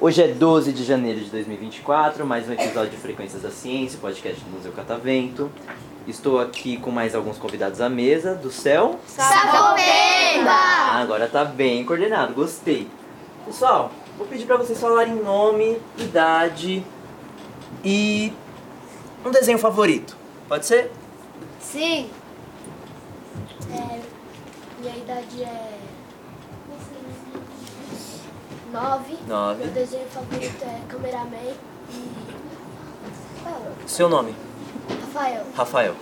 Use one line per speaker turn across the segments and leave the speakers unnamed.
Hoje é 12 de janeiro de 2024, mais um episódio de Frequências da Ciência, o podcast do Museu Catavento. Estou aqui com mais alguns convidados à mesa, do céu.
Sapopemba!
Agora tá bem coordenado, gostei. Pessoal, vou pedir pra vocês falarem nome, idade e um desenho favorito. Pode ser?
Sim.
É, minha idade é. 9.
Nove.
Meu desenho favorito é Cameraman e. Qual?
Seu nome?
Rafael.
Rafael.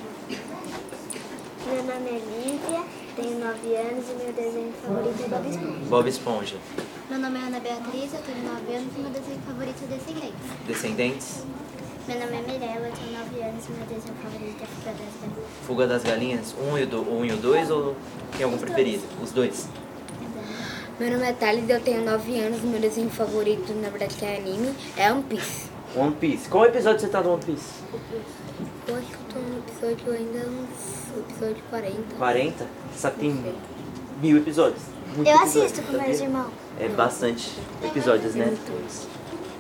Meu nome é Lívia, tenho 9 anos e meu desenho favorito é Bob Esponja.
Bob Esponja.
Meu nome é Ana Beatriz, eu tenho 9 anos e meu desenho favorito é Descendentes.
Descendentes?
Meu nome é Mirella, eu tenho 9 anos e meu desenho favorito é Fuga das Galinhas.
Fuga das Galinhas? Um e o, do, um e o dois ou tem algum preferido? Os dois.
Meu nome é Thales, eu tenho 9 anos, meu desenho favorito, na verdade que é anime, é One Piece.
One Piece. Qual episódio você tá do One Piece?
Eu acho que eu tô no episódio ainda, uns episódio 40.
40? Só que tem mil episódios. Muito
Eu
episódio,
assisto com
tá
meus
ok?
irmãos.
É bastante episódios, né?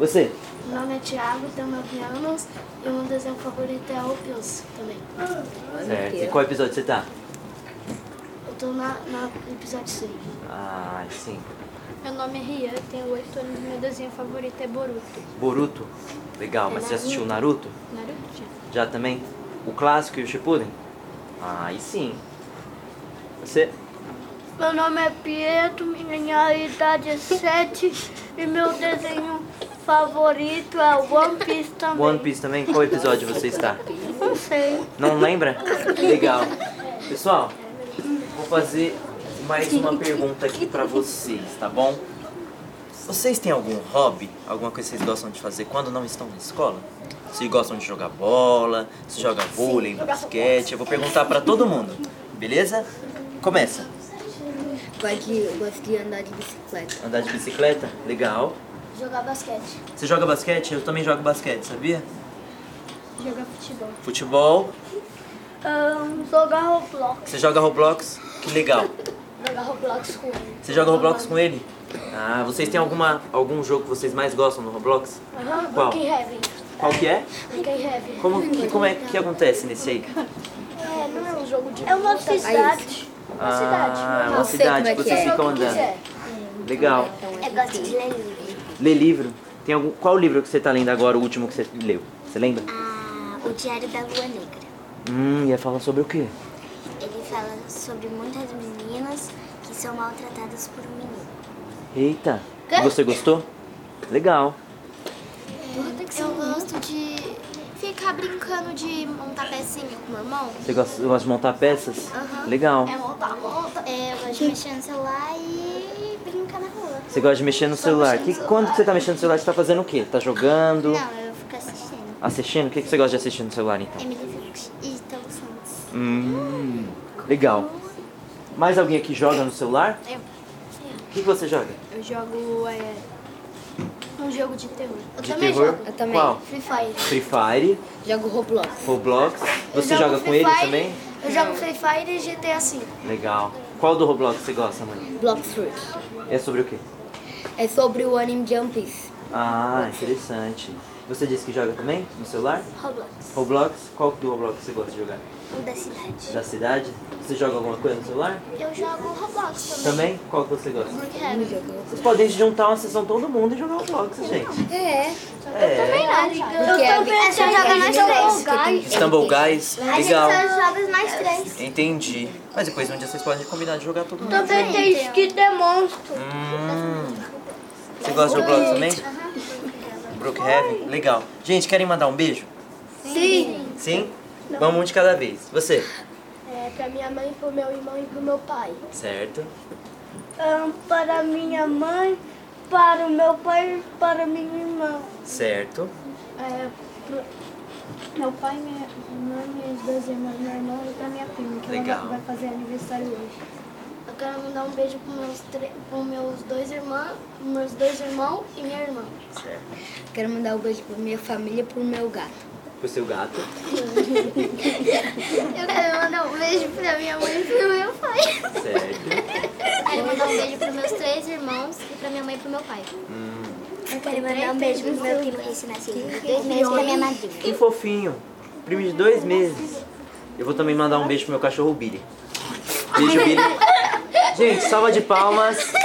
Você?
Meu nome é Thiago, tenho 9 anos e meu desenho favorito é o Pills também.
Certo. E qual episódio você tá?
Eu tô na, no episódio 6.
Ah, sim.
Meu nome é Rian, eu tenho 8 anos e meu desenho favorito é Boruto.
Boruto? Legal, mas você já assistiu o Naruto?
Naruto?
Já também? O clássico e o Shippuden? Ah, aí sim. Você?
Meu nome é Pietro, minha idade é 7 e meu desenho favorito é o One Piece também.
One Piece também? Qual episódio você está?
Não sei.
Não lembra? Legal. Pessoal, vou fazer mais uma pergunta aqui pra vocês, tá bom? Vocês têm algum hobby? Alguma coisa que vocês gostam de fazer quando não estão na escola? Se gostam de jogar bola, se joga vôlei, basquete, eu vou perguntar pra todo mundo, beleza? Começa.
Gosto de, eu gosto de andar de bicicleta.
Andar de bicicleta? Legal.
Jogar basquete.
Você joga basquete? Eu também jogo basquete, sabia?
Jogar futebol.
Futebol.
jogar Roblox.
Você joga Roblox? Que legal.
Jogar Roblox com ele.
Você joga Roblox com ele? Ah, vocês têm alguma, algum jogo que vocês mais gostam no Roblox? Qual?
Broken Heaven.
Qual que é?
Broken Heaven.
Como que, como é que acontece nesse aí?
É, não é um jogo de É uma
cidade.
Ah,
cidade,
é
não
uma
sei
cidade
como é
que
que
vocês
é.
ficam andando. Legal.
então,
Eu gosto de ler livro.
é?
Lê livro? Tem algum, qual livro que você tá lendo agora, o último que você leu? Você lembra?
Ah, o Diário da Lua Negra.
Hum, ia falar sobre o quê?
Ele fala sobre muitas meninas que são maltratadas por um menino.
Eita. E Você gostou? Legal.
Eu gosto de ficar brincando de montar pecinha com meu irmão.
Você gosta, gosta de montar peças? Legal.
É montar, monta. É, eu gosto de mexer no celular e brincar na rua.
Você gosta de mexer no celular. Que,
mexendo no
quando que você tá mexendo no celular, você tá fazendo o quê? Tá jogando?
Não, eu fico assistindo.
Assistindo? O que, que você gosta de assistir no celular, então?
Emily Fuchs e Telo Santos.
Hum, legal. Mais alguém aqui joga no celular?
Eu.
O que, que você joga?
Eu jogo é, um jogo de terror. Eu
De
também
terror?
jogo.
Eu também.
Qual?
Free Fire.
Free Fire,
Jogo Roblox.
Roblox. Você
Eu jogo
joga com
Free
ele
Fire,
também?
Eu jogo Free Fire e GTA V.
Legal. Qual do Roblox você gosta, mãe?
Blox Fruit.
É sobre o quê?
É sobre o anime de One Piece.
Ah, interessante. Você disse que joga também no celular?
Roblox.
Roblox? Qual do Roblox você gosta de jogar?
O da cidade.
Da cidade? Você joga alguma coisa no celular?
Eu jogo Roblox também.
Também? Qual que você gosta?
Porque é, eu
Vocês podem juntar uma sessão todo mundo e jogar Roblox, gente.
É.
É.
Porque é bem-
só jogo mais três.
Stumble Tá Guys, legal.
jogo mais três.
Entendi. Mas depois um dia vocês podem combinar de jogar todo mundo.
Também tem é Skid Monstro.
Hum. Você gosta de Roblox também? Brookhaven? Legal. Gente, querem mandar um beijo?
Sim.
Sim? Vamos um de cada vez. Você.
É, pra minha mãe, pro meu irmão e pro meu pai.
Certo.
para minha mãe, para o meu pai e para minha irmã.
Certo.
É, pro- meu pai, minha mãe, minhas duas irmãs, meu irmão e pra minha prima, que
Legal.
ela vai fazer aniversário hoje.
Eu quero mandar um beijo pros meus, tre- pros meus dois irmãos, meus dois irmãos e minha irmã.
Certo.
Quero mandar um beijo pra minha família e pro meu gato.
pro seu gato.
Eu quero mandar um beijo pra minha mãe e pro meu pai.
Certo.
Quero mandar um beijo pros meus três irmãos e pra minha mãe e pro meu pai.
Eu quero mandar um beijo pro meu primo que é nasceu de dois meses pra minha madrinha.
Que fofinho. Primo de dois meses. Eu vou também mandar um beijo pro meu cachorro Billy. Beijo, Billy. Gente, salva de palmas.